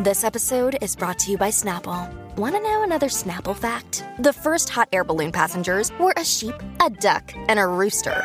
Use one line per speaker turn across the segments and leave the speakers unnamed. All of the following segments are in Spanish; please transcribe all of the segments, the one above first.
This episode is brought to you by Snapple. Want to know another Snapple fact? The first hot air balloon passengers were a sheep, a duck, and a rooster.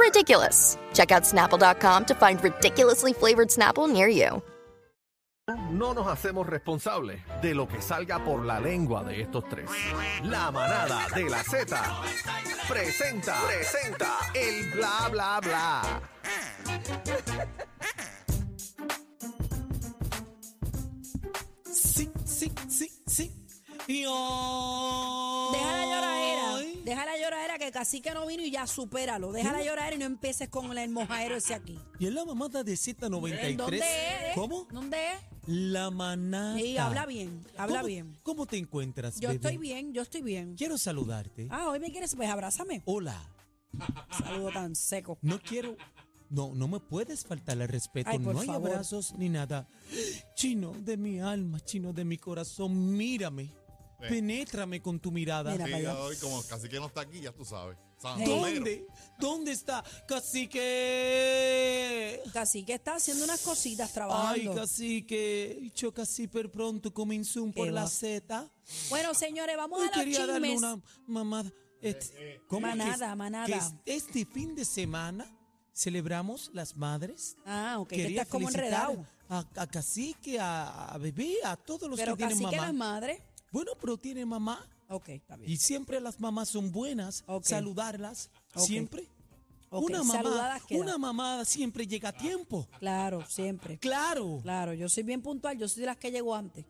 Ridiculous. Check out snapple.com to find ridiculously flavored Snapple near you.
No nos hacemos responsables de lo que salga por la lengua de estos tres. La manada de la Z presenta, presenta el bla bla bla.
Sí, sí, sí, sí. Y hoy...
Deja la lloradera. Deja la lloradera que casi que no vino y ya supéralo. Deja la lloradera y no empieces con el mojadero ese aquí.
Y es la mamada de Z93.
¿En ¿Dónde es?
¿Cómo?
¿Dónde es?
La manada.
Sí, habla bien, habla
¿Cómo-
bien.
¿Cómo te encuentras,
Yo
bebé?
estoy bien, yo estoy bien.
Quiero saludarte.
Ah, hoy me quieres, pues abrázame.
Hola. Ah.
Saludo tan seco.
No quiero... No, no me puedes faltar el respeto.
Ay, por
no hay
favor.
abrazos ni nada. Chino de mi alma, chino de mi corazón, mírame. Penétrame con tu mirada.
Mira.
Sí,
para allá.
hoy como casi que no está aquí, ya tú sabes. San
¿Dónde? ¿Dónde está? Cacique.
Casi que está haciendo unas cositas
Ay,
trabajando.
cacique, yo casi per pronto comienzo un por
Qué
la
va.
Z.
bueno, señores, vamos
Hoy
a los
quería darle
chismes.
una mamada. Este, ¿cómo que es?
Manada, manada.
Que es- este fin de semana celebramos las madres.
Ah, ok, que
Quería
estás como
felicitar
enredado.
A, a Cacique, a, a Bebé, a todos los
Pero
que tienen
casi que
mamá.
las madres.
bueno, pero tiene mamá.
Ok, está bien.
Y siempre las mamás son buenas.
Ok.
Saludarlas,
Ok.
siempre.
Ok,
Una mamá,
saludadas queda.
una mamá siempre llega a tiempo.
Claro, siempre.
Claro.
Claro, yo soy bien puntual, yo soy de las que llego antes.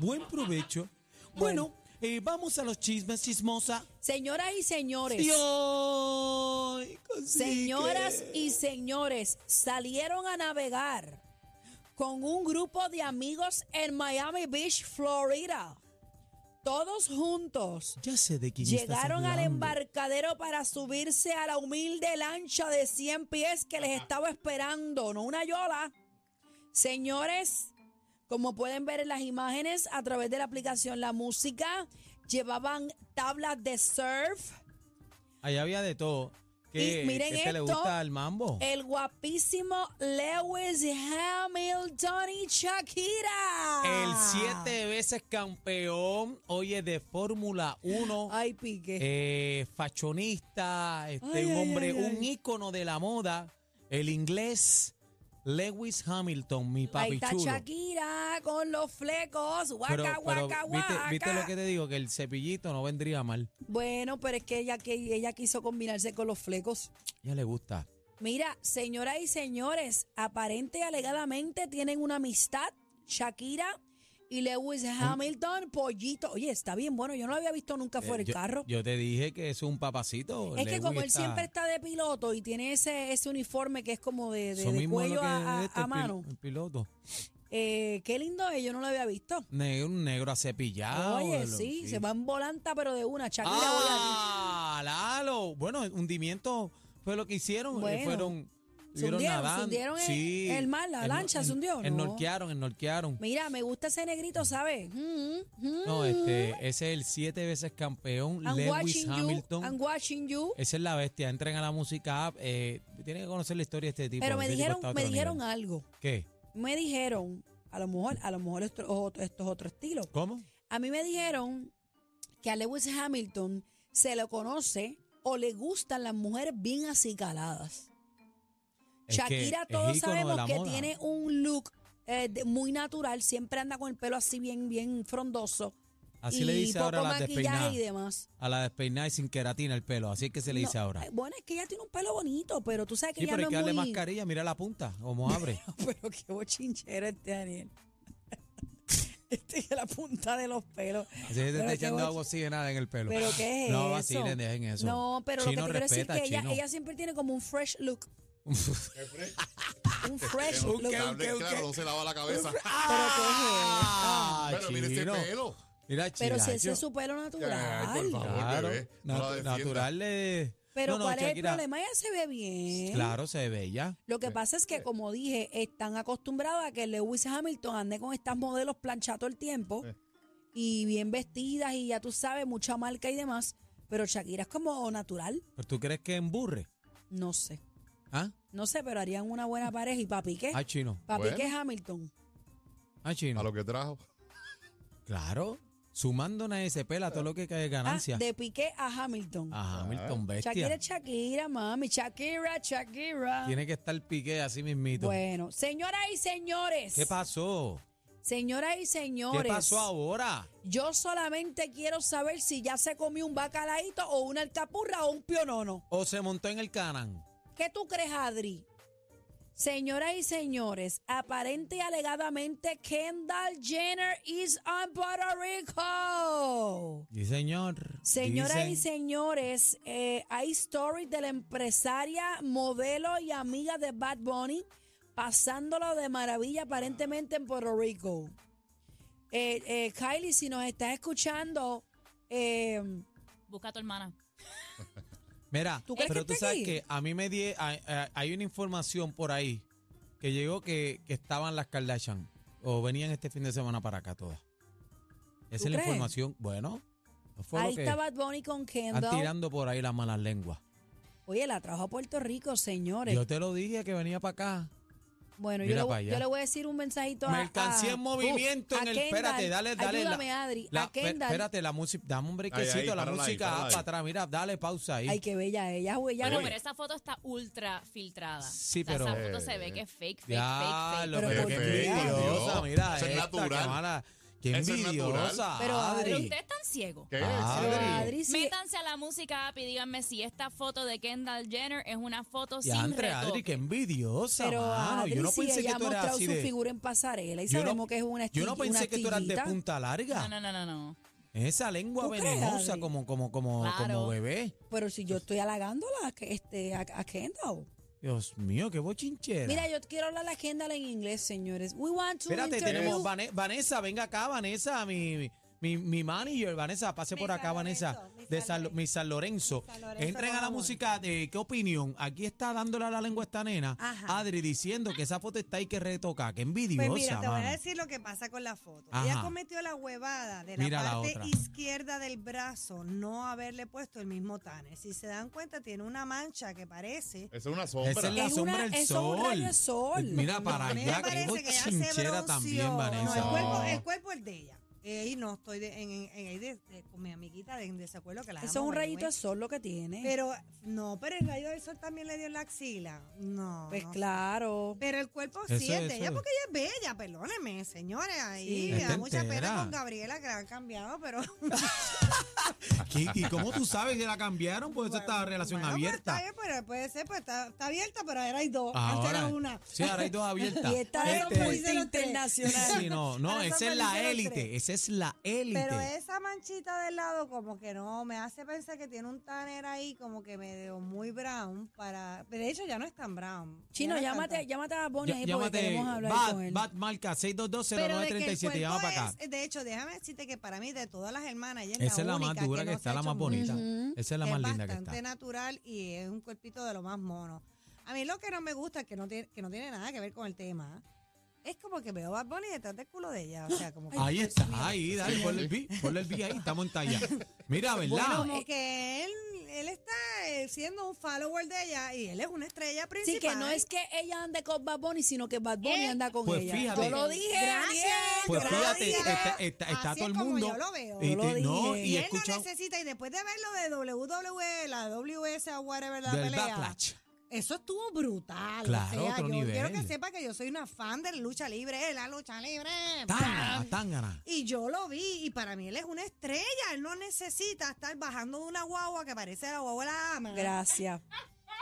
Buen provecho. Bueno, eh, vamos a los chismes, chismosa.
Señoras y señores.
Y hoy, cacique.
Señoras y señores, salieron a navegar con un grupo de amigos en Miami Beach, Florida. Todos juntos
Ya sé de quién estás
llegaron al
hablando.
embarcadero para subirse a la humilde lancha de 100 pies que les estaba esperando, no una yola. Señores, como pueden ver en las imágenes a través de la aplicación La Música, llevaban tablas de surf.
Allá había de todo. ¿Qué,
Y miren
qué te le
esto. Eh,
gusta al mambo?
El guapísimo Lewis Hamilton y Shakira.
El siete veces campeón, oye, de Fórmula 1,
Ay, pique.
eh, fachonista, este,
Ay,
un
ay,
hombre,
ay,
un ícono de la moda, el inglés Lewis Hamilton, mi
Ahí
papi
está
chulo.
Shakira con los flecos.
Pero,
Guaca,
pero
guaca,
¿viste,
guaca.
viste lo que te digo? Que el cepillito no vendría mal.
Bueno, pero es que ella, que ella quiso combinarse con los flecos.
Ya le gusta.
Mira, señoras y señores, aparente y alegadamente tienen una amistad, Shakira y Lewis Hamilton, pollito. Oye, está bien bueno, yo no lo había visto nunca fuera
Eh, yo,
el carro.
Yo te dije que es un papacito.
Es que
Lewis
como él
está-
siempre está de piloto y tiene ese, ese uniforme que es como de, de-
eso
de
mismo es lo
cuello
que
a, a-
es este,
a
el pil-
mano,
el piloto.
eh, qué lindo es, yo no lo había visto.
Negro, un negro acepillado.
Oye,
de lo-
sí, se va en volanta, pero de una, Shakira voy aquí.
Ah, Lalo. Bueno, hundimiento fue lo que hicieron. eh,
Bueno,
fueron
se
fueron
hundieron, se
nadando.
hundieron en-
sí.
en el mar, la
En-
lancha se
en-
hundió, ¿no?
Ennorquearon, ennorquearon.
Mira, me gusta ese negrito, ¿sabes? Mm, mm,
No, este, ese es el siete veces campeón,
I'm
Lewis
watching you, I'm
Hamiltren.
watching you.
Esa es la bestia. Entren a la música app. Eh, tienen que conocer la historia de este tipo.
Pero me
este tipo
dijeron,
está a
me
otro
dijeron
nivel.
algo.
¿Qué?
Me dijeron, a lo mejor, a lo mejor esto, es otro- esto es otro estilo.
¿Cómo?
A mí me dijeron que a Lewis Hamilton se lo conoce o le gustan las mujeres bien acicaladas.
Es que
Shakira,
es
todos
ícono de
sabemos
la
que
moda.
tiene un look eh, de- muy natural, siempre anda con el pelo así bien, bien frondoso.
Así
y
le dice
poco
ahora a la
maquillaje
despeinada.
y demás.
A la despeinada y sin queratina el pelo. Así es que se le dice
No,
ahora.
eh, Bueno, es que ella tiene un pelo bonito, pero tú sabes que
Sí,
ella
pero hay que
no
darle
es muy...
mascarilla. Mira la punta, cómo abre.
pero qué bochinchero este Daniel. este es la punta de los pelos.
Así que te
Pero
está
qué
echando
boch-
agua oxigenada en el pelo.
¿Pero qué es
no,
eso?
vacilen, dejen eso.
No, pero
Chino,
lo que te
respeta,
quiero decir es que ella,
Chino.
ella siempre tiene como un fresh look. un fresh
Pero
look.
claro,
Pero
claro, no se lava la cabeza.
Ah,
Pero mire ese
Chino.
pelo.
Mira,
si
Chiracho.
ese es su pelo
Ay, por
natural.
favor.
Claro,
bebé, no la
natu-
defienda.
natural de...
Pero
No, no,
¿cuál es el
Shakira,
problema? Ella se ve bien.
Claro, se ve ya.
Lo que pasa es que, como dije, están acostumbrados a que Lewis Hamilton ande con estas modelos planchadas todo el tiempo y bien vestidas y ya tú sabes, mucha marca y demás. Pero Shakira es como natural.
¿Pero tú crees que emburre?
No sé.
¿Ah?
No sé, pero harían una buena pareja. ¿Y papi qué?
Ah, Chino.
Papi
Bueno.
qué Hamilton.
Ah,
a
chino.
lo que trajo.
Claro. Sumando una S, pela todo lo que cae de
Ah,
ganancia.
de Piqué a Hamilton.
Ajá, Milton
Shakira,
Bestia.
Shakira, mami. Shakira, Shakira.
Tiene que estar piqué así mismito.
Bueno, señoras y señores.
¿Qué pasó?
Señoras y señores.
¿Qué pasó ahora?
Yo solamente quiero saber si ya se comió un bacalaíto o una alcapurra o un pionono.
¿O se montó en el canán?
¿Qué tú crees, Adri? Señoras y señores, aparente y alegadamente Kendall Jenner is on Puerto Rico.
Sí, señor.
Señoras y
Dicen-
señores, eh, hay stories de la empresaria, modelo y amiga de Bad Bunny pasándolo de maravilla aparentemente en Puerto Rico. Eh, eh, Kylie, si nos estás escuchando, eh,
Busca a tu hermana.
Mira,
¿Tú crees
pero
que
tú
está
sabes
aquí?
que a mí me di... Hay, hay- hay una información por ahí que llegó que, que estaban las Kardashian o venían este fin de semana para acá todas. Esa es
¿Tú
la
crees?
información. Bueno, no fue
ahí
lo que
está Bad Bunny con
están
Kendall.
tirando por ahí las malas lenguas.
Oye, la trajo a Puerto Rico, señores.
Yo te lo dije que venía para acá.
bueno, yo
Mira
le,
pa'
voy-
allá.
yo le voy a decir un mensajito a-
Mercancía
a-
en movimiento
Uf,
en
a
el.
Kendall.
Espérate, dale, dale.
Ayúdame, Adri.
la-
a Kendall.
Espérate, la música. Dame un brequecito,
Ahí, ahí,
la
párala ahí,
música
párala ahí.
para atrás. Mira, dale pausa ahí.
Ay, qué bella ella. güey, ella
Bueno,
güey.
pero esa foto está ultra filtrada.
Sí,
O sea,
pero- eh,
Esa foto se ve que es fake, fake,
ya,
fake,
lo
Pero
fake.
pero
¿por
qué
qué?
envidiosa.
Dios,
Mira,
eso es
esta, qué
natural.
mala. Qué
Eso es natural.
envidiosa.
Pero,
Pero
Adri.
ustedes están ciegos.
¿Qué
Ah,
Pero,
Excelente.
Adri.
Adri, sí,
Métanse a la música app y díganme si esta foto de Kendall Jenner es una foto
Y
sin
Andre,
retoque.
Adri, qué envidiosa,
Pero
mano.
Adri,
yo no
sí,
pensé
ella
que tú
ha
eras
mostrado
así
su
de...
figura en pasarela y
yo no-
sabemos que es una
Yo no
esti- una
pensé que tú eras de
tirita.
punta larga.
No, no, no, no, no.
Esa lengua
¿Tú crees,
venenosa
Adri?
como, como, como,
Claro.
como bebé.
Pero si yo estoy halagándola que este, a, a Kendall.
Dios mío, qué bochinchera.
Mira, yo quiero hablar a Kendall en inglés, señores. We want to
Espérate,
interview-
tenemos Vane- Vanessa, venga acá, Vanessa, mi, mi- mi, mi manager, Vanessa, pase por acá, Vanessa, de San, mi San Lorenzo. Entren a la música de qué opinión. Aquí está dándole a la lengua a esta nena,
Ajá.
Adri, diciendo que esa foto está ahí que retoca, que envidiosa.
Pues mira, te voy
mano.
a decir lo que pasa con la foto.
Ajá.
Ella cometió la huevada de la
Mira la
parte
otra.
izquierda del brazo no haberle puesto el mismo tanner. Si se dan cuenta, tiene una mancha que parece.
Esa es una
Esa
sombra.
es la
Es
sombra
una-
del
eso es
sol.
un rayo de sol.
Mira para
A mí me
allá, que
parece que ella se
bochinchera
bronceó.
también,
No, el
Vanessa.
cuerpo, el cuerpo es de ella. Eh, y no estoy de- en, en- en- ahí de- de- con mi amiguita de, en desacuerdo que la
Eso es
amo,
un
by the
rayito
way.
de sol lo que tiene.
Pero no, pero el rayo del sol también le dio en la axila. No.
pues
no.
claro.
Pero el cuerpo
Eso,
sí es de ella
eso.
porque ella es bella, perdóneme, señores. Ahí
Sí.
me
Está
da mucha
entera.
pena con Gabriela que la han cambiado, pero.
Aquí- ¿Y cómo tú sabes que la cambiaron? Pues eso está relación
Bueno, pues,
abierta.
está bien, pero puede ser, pues está, está abierta, pero ahora hay dos. Antes
Ahora,
era una.
Sí, ahora hay dos abiertas.
Y esta es
Este-
deportista
Este-
internacional.
Sí, no, no,
Ahora
esa
son
es la
felices los
élite,
tres.
esa es la
Pero
élite.
esa manchita del lado, como que no, me hace pensar que tiene un tanner ahí, como que me dio muy brown para. pero De hecho, ya no es tan brown.
Chino,
Ya no es tan
llámate,
brown.
llámate a Bonnie
Ya-
ahí porque
Llámate,
queremos hablar
Bad,
con él.
Bad Marca,
Pero de que el
6220937, llama
cuerpo
para acá.
es- de hecho, déjame decirte que para mí, de todas las hermanas, ella es
Esa es la
única
más dura
que,
que,
no se
está,
ha
la
hecho
más bonita.
Ujú.
Esa es la
es
más linda que
bastante
está.
natural y es un cuerpito de lo más mono. A mí lo que no me gusta, es que no tiene, que no tiene nada que ver con el tema, es como que veo a Bad Bunny detrás del culo de ella. O sea, como que,
Ahí está, ahí, dale, ponle el B, ponle el B ahí, estamos en talla. Mira, ¿verdad?
como que él, él está eh, siendo un follower de ella y él es una estrella
Sí,
principal.
que no es que ella ande con Bad Bunny, sino que Bad Bunny
Eh,
anda con
pues
ella.
fíjate.
Yo lo dije,
Gracias.
Daniel.
pues
gracias.
fíjate, está, está- está
Así
todo el
es como
mundo.
yo lo veo.
y
Yo lo
te- no,
dije.
y
Y
he
él no
escuchado
necesita, y después de ver lo de WWE, la WS, whatever, la
del
pelea.
backlash.
Eso estuvo brutal.
Claro,
o sea,
otro
yo quiero
nivel.
que sepa que yo soy una fan de la lucha libre, de la lucha libre.
Tángana, tángana.
Y yo lo vi, y para mí él es una estrella. Él no necesita estar bajando de una guagua que parece la guagua de la ama.
Gracias.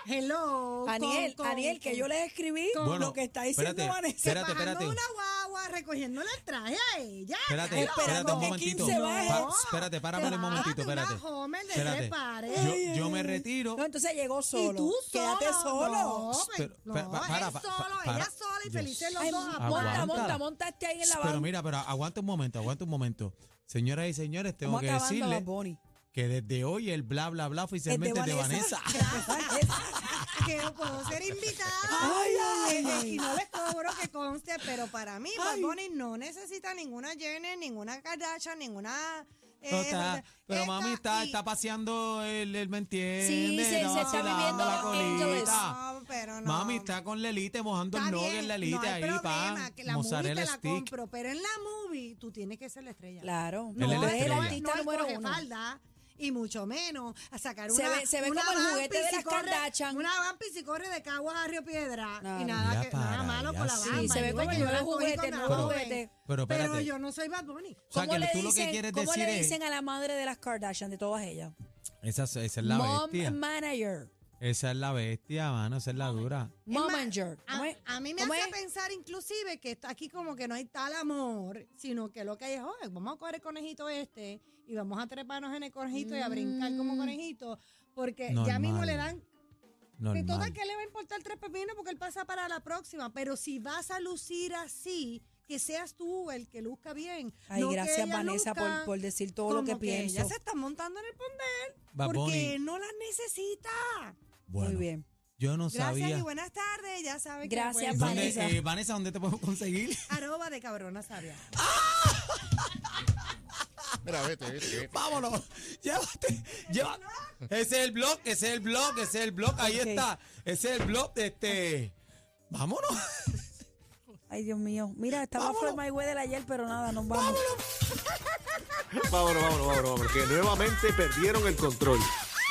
Hello.
Aniel,
con- con-
Aniel, que
con-
yo les escribí
Bueno,
lo que está diciendo
espérate,
Vanessa.
espérate,
bajando
espérate.
de una guagua, recogiéndole el traje a ella.
Espérate,
Hello.
espérate un
que
momentito.
15 baje.
Pa- espérate, para
Te
por un
bajas
momentito,
de una
espérate.
Homer de
Espérate.
tres pares.
Yo, yo me retiro.
No, entonces llegó
Y
solo.
tú solo.
Quédate solo.
No, pues,
Pero,
no,
pa- pa- para,
él
pa-
solo,
para.
ella sola y
Dios.
felices los
Ay,
dos.
monta,
Aguántala.
monta, monta este ahí en la
Pero
banca.
mira, pero aguanta un momento, aguanta un momento. Señoras y señores, tengo
Estamos
que
acabando a
decirle
Bad Bunny.
que desde hoy el bla bla bla oficialmente es de Vanessa.
que puedo ser invitada.
Ay, ay,
Eh,
ay.
Y no les cobro que conste, pero para mí, Bad Bunny no necesita ninguna Jenner, ninguna Kardashian, ninguna
No
Eh,
está- pero
está
mami está,
aquí.
está paseando el, el me entiende.
Sí, se- se
está
está
vacilando
viviendo
la
Los
colita.
Ángeles.
No, pero no.
Mami está con Lelite mojando el
Está
nugget,
bien,
Lelite
no hay
ahí,
problema,
pa.
que la movie
mozzarella
te la
stick.
compro, pero en la movie tú tienes que ser la estrella.
Claro.
Él es
No,
la
es el
estrella.
artista
no es
número
coger
uno.
falda, y mucho menos a sacar
Se
una
ve- se ve
una
como el
Van
juguete de
Piece y
las
corre-
Kardashian.
Una Van Piece y corre de Caguas a Río Piedra
Claro.
y nada,
Ya
que, nada
para,
malo
ya
con la
sí.
Van
Sí,
se ve
yo
como
la-
el
yo la cogí
juguete,
con
no
la
el
Van
juguete.
Piece.
Pero espérate.
yo no soy Bad Bunny.
O sea,
¿Cómo
que
le
tú lo que
dicen-
quieres
¿Cómo
decir
le
es.
dicen a la madre de las Kardashian, de todas ellas?
Esa, es- esa es la
Mom
bestia.
manager.
Esa es la bestia, mano. Esa es la dura.
Mom
más,
manager.
A,
¿Cómo es?
a mí me
¿Cómo
hace
es?
pensar inclusive que está aquí como que no hay tal amor, sino que lo que hay es, "Oye, vamos a coger el conejito este y vamos a treparnos en el conejito y a brincar
Mm.
como conejito, porque ya mismo
Normal.
le dan Que
Normal.
total que le va a importar tres pepinos porque él pasa para la próxima. Pero si vas a lucir así, que seas tú el que luzca bien.
Ay,
no que
gracias,
ellas
Vanessa, por,
luzcan
por decir todo lo
como
que
Ya
pienso.
se está montando en el pondel
Bad
porque
Bunny,
no las necesita.
bueno,
Muy bien.
yo no
Gracias y
sabía.
buenas tardes. Ya saben que
Gracias,
pueden-
¿Dónde,
Vanessa.
eh, Vanessa, ¿dónde te podemos conseguir?
Arroba de cabrona sabia.
Mira, vete, vete, vete.
Vámonos. Llévate. Llévate. Ese es el blog, ese es el blog, ese es el blog. Ahí
Ok.
está. Ese es el blog de este. Vámonos.
Ay, Dios mío. Mira, estaba Flor Mayweather ayer, pero nada, nos vamos.
Vámonos, vámonos, vámonos, vámonos, que nuevamente perdieron el control.